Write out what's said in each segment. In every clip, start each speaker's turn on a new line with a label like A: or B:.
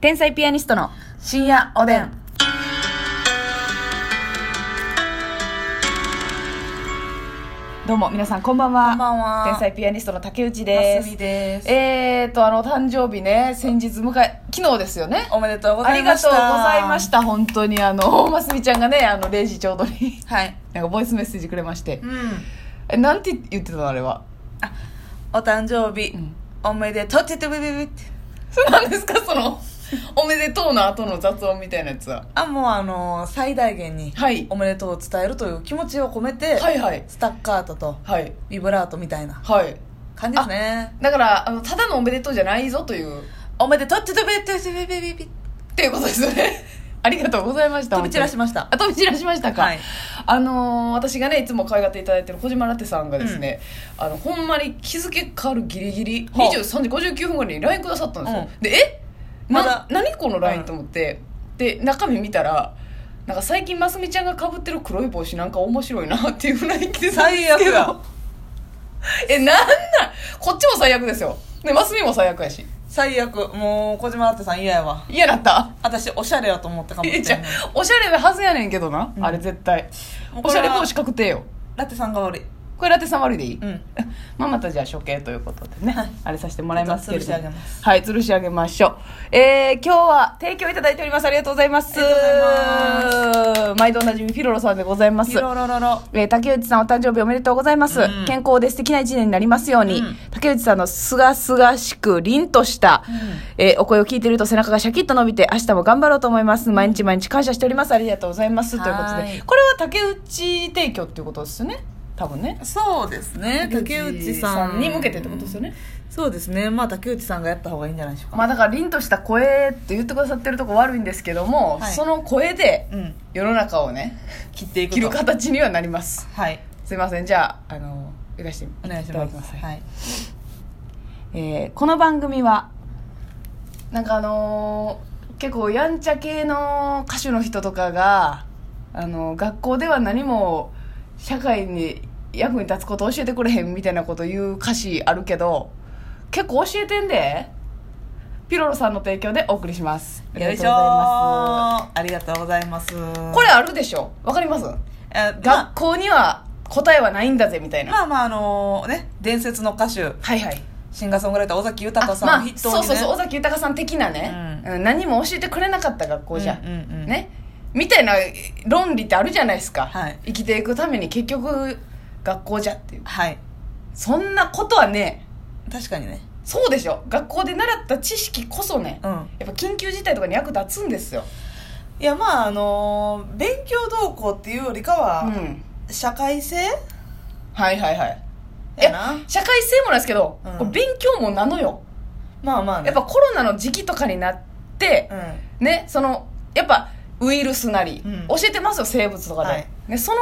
A: 天才ピアニストの
B: 深夜おでん。
A: どうも皆さんこんばんは
B: こんばんは
A: 天才ピアニストの竹内で
B: ますすみです。
A: えーとあの誕生日ね先日迎え昨日ですよね
B: おめでとうご
A: あ
B: ざ
A: り
B: い
A: が
B: まし
A: と
B: た。
A: うございました本当にあの ますみちゃんがねあの0時ちょうどに
B: た。はい。
A: なんかボイスメッセージくれまして
B: うん。
A: えなんて言ってたのあれは
B: お誕生日、
A: ん
B: おめでとうって言ってビビビって。
A: そうなんですかそのおめでとうの後の雑音みたいなやつは
B: あ、もうあのー最大限に、
A: はい
B: おめでとうを伝えるという気持ちを込めて、
A: はいはい
B: スタッカートと
A: はい
B: ビブラートみたいな
A: はい
B: 感じですね。
A: だからあのただのおめでとうじゃないぞという
B: おめでとうって言ってビビビビビビビ
A: っていうことですよ ねありがとうございました
B: 飛び散らし
A: ま
B: ました。
A: あ飛び散らしましたか、
B: はい
A: あのー私がねいつも可愛がっていただいてる小島ラテさんがですね、あのほんまに日付変わるギリギリ
B: はあ
A: 23時59分ぐらいに LINE くださったんですよ、
B: う
A: でえ
B: まだ
A: な何この LINE
B: うん
A: と思って、で中身見たらなんか最近ますみちゃんがかぶってる黒い帽子なんか面白いなっていう雰囲気で
B: 最悪や
A: えなんなんこっちも最悪ですよでますみも最悪やし
B: 最悪。もう、小島あってさん嫌やわ。
A: 嫌だった
B: 私、おしゃれやと思ってかもし
A: い
B: れ
A: やじ
B: な
A: ゃ
B: い。
A: あおしゃれなはずやねんけどな、
B: うん
A: あれ絶対
B: もうこ
A: お
B: れは
A: しゃれ帽子確定よ
B: ラテさんが悪い。
A: これラテさん悪いでいい、
B: うん。
A: まあまたじゃあ処刑ということでね、
B: はい
A: あれさせてもらいますけれども
B: ちょっと吊るし上げます
A: はい吊るし上げましょうえー、今日は提供いただいておりますありがとうございます
B: ありがと
A: 毎度おなじみフィロロさんでございます
B: ピロロロロ。
A: えー竹内さんお誕生日おめでとうございます、
B: うん
A: 健康で素敵な一年になりますように、
B: うん
A: 竹内さんのすがすがしく凛とした、えーお声を聞いてると背中がシャキッと伸びて明日も頑張ろうと思います毎日毎日感謝しておりますありがとうございますということ
B: は
A: で
B: い
A: これは竹内提供っていうことですよね多分ね
B: そうですね竹内さん
A: に向けてってことですよね、
B: そうですねまあ竹内さんがやった方がいいんじゃないでしょうか、
A: まあだから凛とした声って言ってくださってるとこ悪いんですけども、
B: はい
A: その声で
B: うん
A: 世の中をね
B: 切っていくと
A: 切る形にはなります
B: はい
A: すいませんじゃああのいかしてい
B: お
A: た
B: 願いし
A: だ
B: ます
A: きます、
B: はい、
A: えーこの番組はなんかあのー結構やんちゃ系の歌手の人とかが、あのー学校では何も社会に役に立つこと教えてくれへんみたいなこと言う歌詞あるけど結構教えてんでピロロさんの提供でお送りしますあり
B: よ
A: が
B: い
A: と
B: し
A: う
B: ょー
A: ございま
B: ありがとうございます
A: すこれあるでしょわかります
B: えま
A: 学校には答えはないんだぜみたい
B: あ
A: な、
B: まあまああのね伝説の歌手
A: はいはい
B: シンガーソングライター尾崎豊さん、
A: あまあ
B: 筆頭
A: そ
B: に、
A: う
B: ね、
A: そうそう尾崎豊さん的なね、
B: う
A: うん何も教えてくれなかった学校じゃ、
B: うんうんうん
A: ねみたいな論理ってあるじゃないですか、
B: はい
A: 生きていくために結局学校じゃっていう
B: はい
A: そんなことはね
B: 確かにね
A: そうでしょ学校で習った知識こそね、
B: うん
A: やっぱ緊急事態とかに役立つんですよ、
B: いやまああのー勉強動向っていうよりかは、
A: うん、
B: 社会性
A: はいはいはいい
B: やな
A: や社会性もなんですけど、
B: うん
A: これ勉強もなのよ
B: まあまあね
A: やっぱコロナの時期とかになって、
B: うん
A: ね、そのやっぱウイルスなり、
B: うん
A: 教えてますよ生物とかで、
B: はい
A: ね、その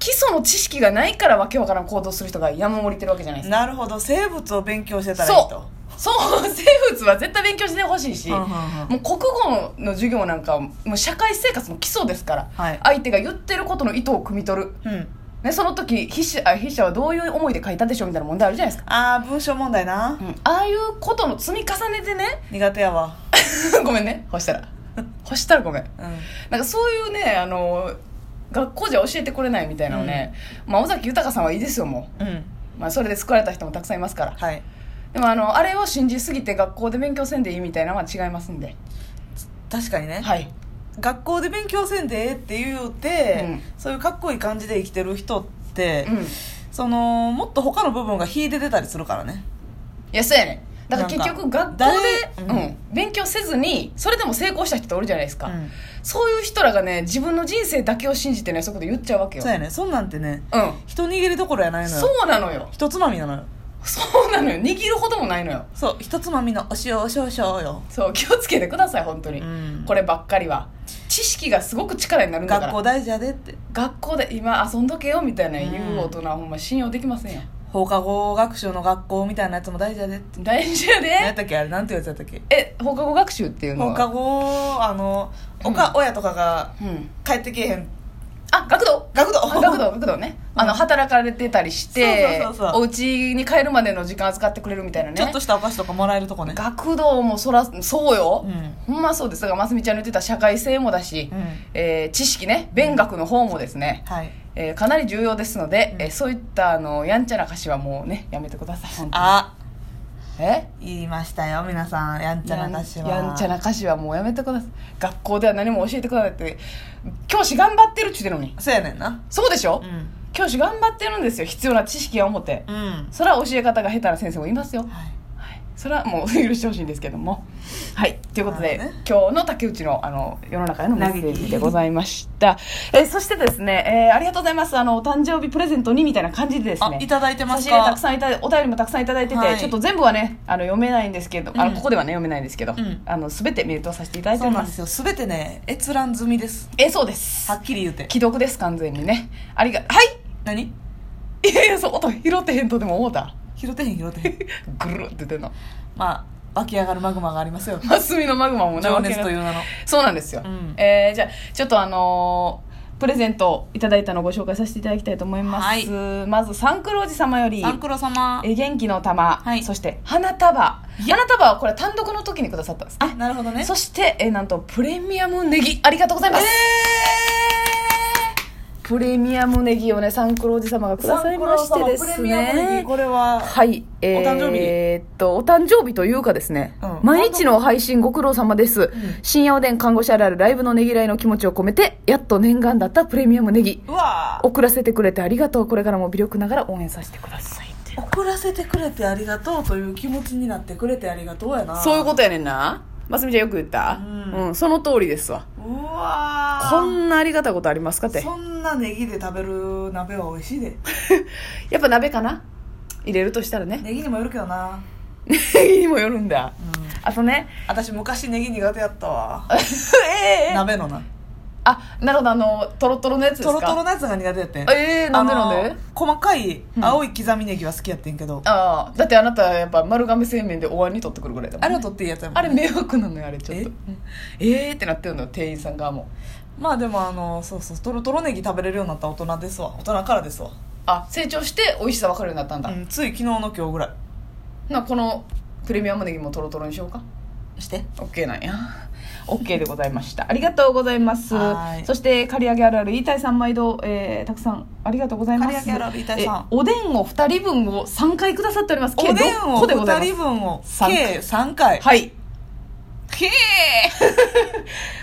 A: 基礎の知識がないからわけわからん行動する人が山盛りいてるわけじゃないですか
B: なるほど生物を勉強してたらいいと
A: そうそう 生物は絶対勉強してほしいし、
B: うんうんうん
A: もう国語の授業なんかはもう社会生活の基礎ですから、
B: はい
A: 相手が言ってることの意図を汲み取る、
B: うん
A: ね、その時筆者あ筆者はどういう思いで書いたでしょうみたいな問題あるじゃないですか、
B: ああ文章問題な
A: うん、ああいうことの積み重ねでね
B: 苦手やわ
A: ごめんね干したら干したらごめん
B: うん
A: なんかそういうねあの学校じゃ教えてくれないみたいなのね、まあ、尾崎豊さんはいいですよも
B: うん
A: う、まあ、それで救われた人もたくさんいますから
B: はい
A: でもあのあれを信じすぎて学校で勉強せんでいいみたいなのは違いますんで
B: 確かにね、
A: はい
B: 学校で勉強せんでええって言うて、
A: うん
B: そういうかっこいい感じで生きてる人って、
A: うんい
B: そのもっと他の部分が引いて出たりするからね
A: やそうやねだから結局
B: なん
A: 学
B: か
A: 校で、う
B: 誰
A: ん
B: うん
A: 勉強せずにそれでも成功した人っておるじゃないですか、
B: うん
A: そういう人らがね自分の人生だけを信じてねそういうこと言っちゃうわけよ
B: そうやねそんなんてね
A: う
B: 一握りどころやない
A: ん
B: のよ
A: そうなのよ
B: 一つまみなのよ
A: そうなのよ握るほどもないのよ
B: そう一つまみのお塩お塩お塩よ
A: そう気をつけてください本当に、
B: うん
A: こればっかりは知識がすごく力になるんだか
B: 学
A: ら
B: 校
A: 学校
B: 大事やでって
A: で今遊んどけよみたいな言う
B: うん
A: 大人はほんま信用できませんよ
B: 放課後学習の学校みたいなやつも大事やでって
A: 大事や
B: 何や
A: で
B: ったっけあれなんていうやつやったっけ
A: え放課後学習っていうの
B: 放
A: は
B: 課後あのおか、親とかが
A: うん
B: 帰ってけえへん
A: あ学童
B: 学童
A: あ学童学童ねあの働かれてたりして
B: そうそうそうそ
A: お
B: う
A: 家に帰るまでの時間使ってくれるみたいなね
B: ちょっとしたお菓子とかもらえるとこね
A: 学童もそらそうよ、
B: う
A: ほんまそうですだからますみちゃんの言ってた社会性もだし、
B: うん
A: えー知識ね勉学の方もですね、
B: はい
A: えーかなり重要ですので、
B: うん
A: えーそういったあのやんちゃな歌詞はもうねやめてください本当に
B: あ
A: え
B: 言いましたよ皆さんやんちゃな歌詞は
A: やんちゃな歌詞はもうやめてください学校では何も教えてくださいって教師頑張ってるっちゅうてんのに
B: そうやねんな
A: そうでしょ、
B: うん
A: 教師頑張ってるんですよ必要な知識や思って、
B: うん
A: それは教え方が下手な先生もいますよ
B: はい
A: それはもう許してほしいんですけどもはいということで、
B: なるほ
A: 今日の竹内のあの世の中へのメッセージでございましたえそしてですね、えーありがとうございますあのお誕生日プレゼントにみたいな感じでです
B: あ
A: ね
B: いただいてま
A: 差
B: す
A: し入れた
B: か
A: くさんいただお便りもたくさんいただいてて、
B: はい
A: ちょっと全部はねあの読めないんですけど、あ
B: う
A: の
B: ん
A: ここではね読めないんですけど、
B: うん
A: あの全てメールとさせていただいて
B: そ
A: お
B: う
A: り
B: な
A: ま
B: んですすよ全てね閲覧済みです
A: えそうです
B: はっきり言うて
A: 既読です完全にねありがはい
B: 何
A: いやいやそう音拾ってへんとでも思うた
B: 拾ってへん拾ってへん
A: ぐるって出てんの
B: まあ湧き上がるマグマがあり ますよ
A: マスミのマグマもね
B: 情熱という名の
A: そうなんですよ、
B: うん
A: えーじゃあちょっとあのープレゼントいただいたのをご紹介させていただきたいと思います、
B: はい
A: まずサンクロおじ様より
B: サンクロ様
A: え元気の玉、
B: はい
A: そして花束
B: いや
A: 花束はこれ単独の時にくださったんです
B: あなるほどね
A: そして、えーなんとプレミアムネギありがとうございます、プレミアムネギをねサンクロおじ様がくださいましてです
B: プレミアムネ
A: ね
B: ギこれは
A: はい、えー、
B: お誕生日
A: えーっとお誕生日というかですね、
B: うん
A: 毎日の配信ご苦労様です、深夜おでん看護師あるあるライブのねぎらいの気持ちを込めてやっと念願だったプレミアムネギ
B: うわ
A: 送らせてくれてありがとうこれからも微力ながら応援させてくださいって
B: 送らせてくれてありがとうという気持ちになってくれてありがとうやな
A: そういうこととやねんなますみちゃんよく言った
B: うん
A: その通りですわ
B: うわ
A: こんなありがたいことありますかって
B: そんなネギで食べる鍋は美味 しいで
A: やっぱ鍋かな入れるとしたらね
B: ネギにもよるけどな、
A: ネギにもよるんだ
B: うん、
A: あとね
B: 私昔ネギ苦手やったわ
A: ええ
B: 鍋のな
A: あなるほどあのトロトロのやつですか
B: トロトロのやつが苦手やってん
A: えー、なんでなん
B: あ
A: で
B: の細かい青い刻みネギは好きやってんけど、
A: ああだってあなたやっぱ丸亀製麺でお椀に取ってくるぐらいだもん
B: あれを取っていいやつやもん
A: あれ迷惑なのよあれちょっと
B: え
A: うんええー、ってなってるのよ店員さん側も
B: まあでもあのそうそうトロトロネギ食べれるようになった大人ですわ大人からですわ、
A: あ成長して美味しさ分かるようになったんだ、
B: うん、つい昨日の今日ぐら
A: なこのプレミアムネギもトロトロにしようか
B: いして
A: OK なんや OK でございましたありがとうございます
B: はーい
A: そして刈り上げあるある言いたいさん毎度、えー、たくさんありがとうございます
B: 刈り上げあるある言いたいさん
A: えおでんを2人分を3回くださっております計
B: おでん
A: 6
B: を
A: 個でございま
B: 2
A: す
B: 人分を
A: 三回
B: 計3回
A: はい。へえ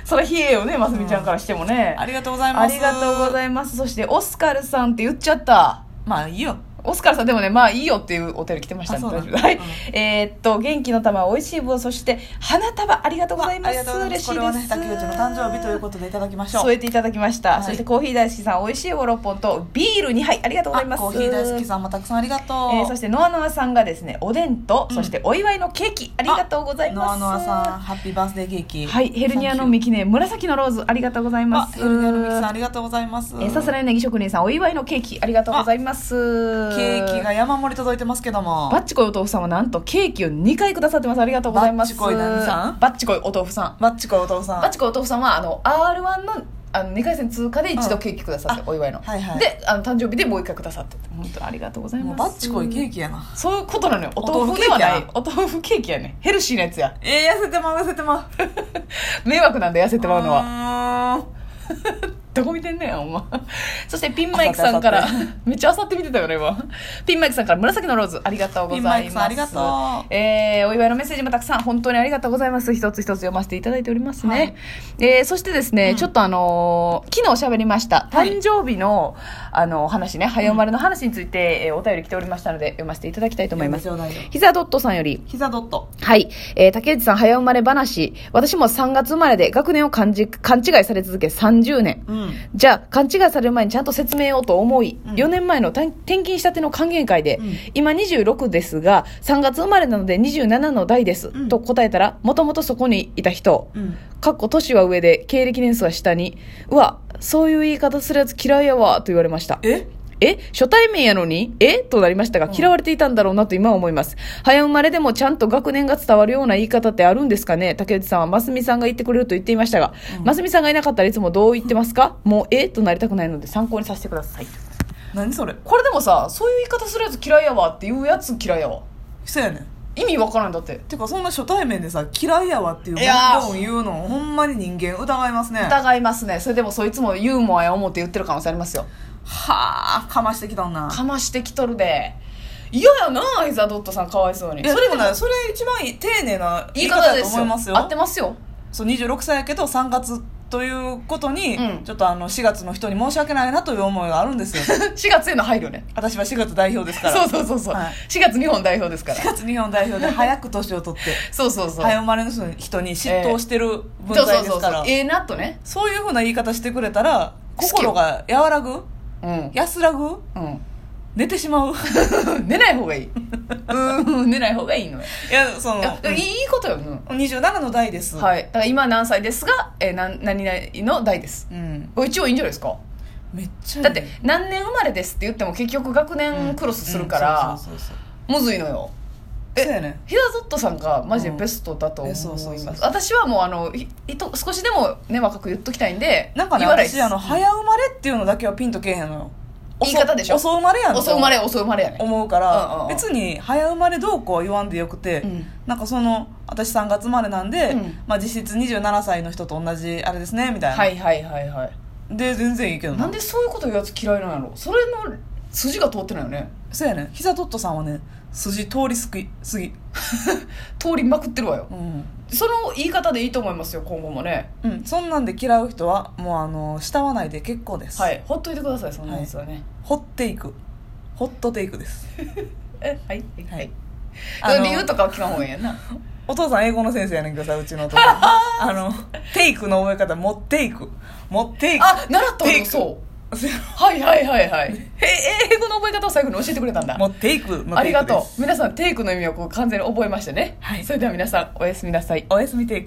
A: それ冷えよね、ますみちゃんからしてもね。
B: ありがとうござい
A: あ
B: ます
A: りがとうござ
B: い
A: います。そして、オスカルさんって言っちゃった。
B: ますまあいいよ
A: オスカルさんでもね、まあいいよっていうお便り来てましたね。
B: あそうな
A: 大丈
B: んだ
A: 夫。はい。
B: う
A: えーっと、元気の玉、美味しい棒、そして、花束、ありがとうございます。
B: ありがとうございま
A: 嬉し
B: す
A: いです。
B: これはね竹内の誕生日ということでいただきましょう
A: 添えていただきました。
B: はい
A: そして、コーヒー大好きさん、美味しい棒6本と、ビール2杯、ありがとうございます。
B: あコーヒー大好きさんもたくさんありがとう、
A: えーそしてノアノアさんがですねおでんと、
B: うん
A: そしてお祝いのケーキありがとうございます
B: ノアノアさんハッピーバースデーケーキ
A: はい、ヘルニアのミキネ、紫のローズ、ありがとうござい
B: あ
A: ます。
B: ヘルニアのミキさんありがとうございます
A: えーさすらいネギ職人さん、お祝いのケーキ、ありがとうございます。
B: ケーキが。山盛り届いてますけども
A: バッチコイお豆腐さんはなんとケーキを2回くださってます。ありがとうございます。
B: バッチコイ何さん
A: バッチコイお豆腐さん。
B: マッチコお父さん
A: バッチコイお豆腐さんは、あの、R1 の、あの、2回戦通過で一度ケーキくださって、
B: うん
A: お祝いの。
B: はいはい
A: で、あの、誕生日でもう一回くださって。本当にありがとうござい
B: も
A: ま
B: う
A: す。
B: バッチコイケーキやな
A: そういうことなのよ。お豆腐ではない。お
B: お
A: 豆腐ケーキやね。ヘルシーなやつや。
B: えー、痩せてまう痩せてまう
A: 迷惑なんで痩せてまうのは。
B: は
A: どこ見てんねんお前 そしてピンマイクさんから
B: あさっ
A: めっちゃあさって見てたよね今 ピンマイクさんから紫のローズありがとうございます
B: ピンマイクさんありがとう
A: えーお祝いのメッセージもたくさん本当にありがとうございます一つ一つ読ませていただいておりますね、えーそしてですね、
B: うん
A: ちょっとあのー昨日喋りました
B: はい
A: 誕生日の、あのお話ね早生まれの話について、えーお便り来ておりましたので読ませていただきたいと思いますひざドットさんより
B: 膝ドット
A: はい。えー竹内さん、早生まれ話。私も3月生まれで学年を勘じ勘違いされ続け30年。
B: うん
A: じゃあ、勘違いされる前にちゃんと説明をと思い、
B: うん
A: 4年前の転転勤したての還元会で、
B: うん
A: 今26ですが、3月生まれなので27の代です、
B: うん
A: と答えたら、もともとそこにいた人、
B: うん
A: かっこ年は上で、経歴年数は下に、うわ、そういう言い方するやつ嫌いやわ、と言われました。
B: え
A: え初対面やのにえとなりましたが、嫌われていたんだろうなと今は思います。早生まれでもちゃんと学年が伝わるような言い方ってあるんですかね竹内さんは、ますみさんが言ってくれると言っていましたが、ますみさんがいなかったらいつもどう言ってますかもう、えとなりたくないので参考にさせてください。
B: 何それ
A: これでもさ、そういう言い方するやつ嫌いやわっていうやつ嫌いやわ。
B: そうやねん
A: 意味わからんだって。
B: てかそんな初対面でさ嫌いやわっていう
A: いやー
B: 文言言うのほんまに人間疑いますねは
A: 疑いますね。それでもそいつもユーモアや思って言ってる可能性ありますよ。
B: あかましてきたんな
A: かましてきとるで嫌やなあイザドットさんかわいそうに
B: いや
A: そ
B: そ
A: れ
B: れもねそれ一番いい丁寧な
A: 言
B: 言
A: い
B: い
A: 方
B: 方
A: で
B: だ
A: す
B: と
A: よ
B: 思いますよ
A: 合ってますよ
B: そう26歳やけど3月ということに、
A: うん
B: ちょっとあの4月の人に申し訳ないなという思いがあるんです よ
A: 4月への配慮ね
B: 私は4月代表ですから
A: そうそうそうそう、
B: はい
A: 4月日本代表ですから
B: 4月日本代表で早く年を取って
A: そう そうそう、
B: 早生まれの人に嫉妬をしてる文
A: そうそ
B: 在
A: う
B: で
A: そ
B: す
A: う
B: か
A: そう
B: ら
A: ええなとね
B: そういうふうな言い方してくれたら心が和らぐ
A: うん、
B: 安らぐ
A: う
B: 寝て しまう
A: ん、 寝ない方がいいうん寝ない方がいいのよ
B: いやその
A: いやいいことよ、うん
B: 27の代です、
A: はいだから今何歳ですが、えー、なん何々の代です
B: うん、
A: これ一応いいんじゃないですか
B: めっちゃいい
A: だって何年生まれですって言っても結局学年クロスするから、
B: うんそうそうそうそ
A: む
B: う
A: ずいのよえ
B: そうやね
A: ヒダゾットさんがマジでベストだと思います、
B: うんえそうそうそうそう
A: 私はもうあのひひと少しでもね若く言っときたいんで
B: なんかね
A: 言わないで
B: 私
A: す
B: あの早生まれっていうのだけはピンとけえへんのよ
A: 言い方でしょ
B: 遅生まれやんと
A: 遅生まれ遅生まれやね
B: 思うから、
A: うんうんうん
B: 別に早生まれどうこうは言わんでよくて、
A: うん
B: なんかその私3月生まれなんで、
A: うん
B: まあ、実質27歳の人と同じあれですねみたいな、
A: はいはいはいはい
B: で全然いいけど
A: なんでそういうこと言うやつ嫌いなんやろそれの筋が通ってないよね
B: そうやねひざとっとさんはね筋通りすぎすぎ
A: 通りまくってるわよ
B: うん、
A: その言い方でいいと思いますよ今後もね
B: うん、そんなんで嫌う人はもうあの慕わないで結構です、
A: はいほっといてくださいそんなやつはね、
B: ホッテイクホットテイクです
A: えはいはいは
B: はいい
A: そういう理
B: あ
A: 由
B: の
A: とかは聞かん方がええやんな
B: お父さん英語の先生やねんけどさうちのお父 さんあのテイクの覚え方持っていく持っていく
A: あ習ったのそうはいはいはいはいえ英語の覚え方を最後に教えてくれたんだ
B: 持っていくの
A: あ
B: テ
A: り
B: イク
A: が
B: で
A: と
B: す
A: う。皆さん、テイクの意味をこう完全に覚えましたね。
B: はい
A: それでは皆さん、おやすみなさい。
B: おやすみテイク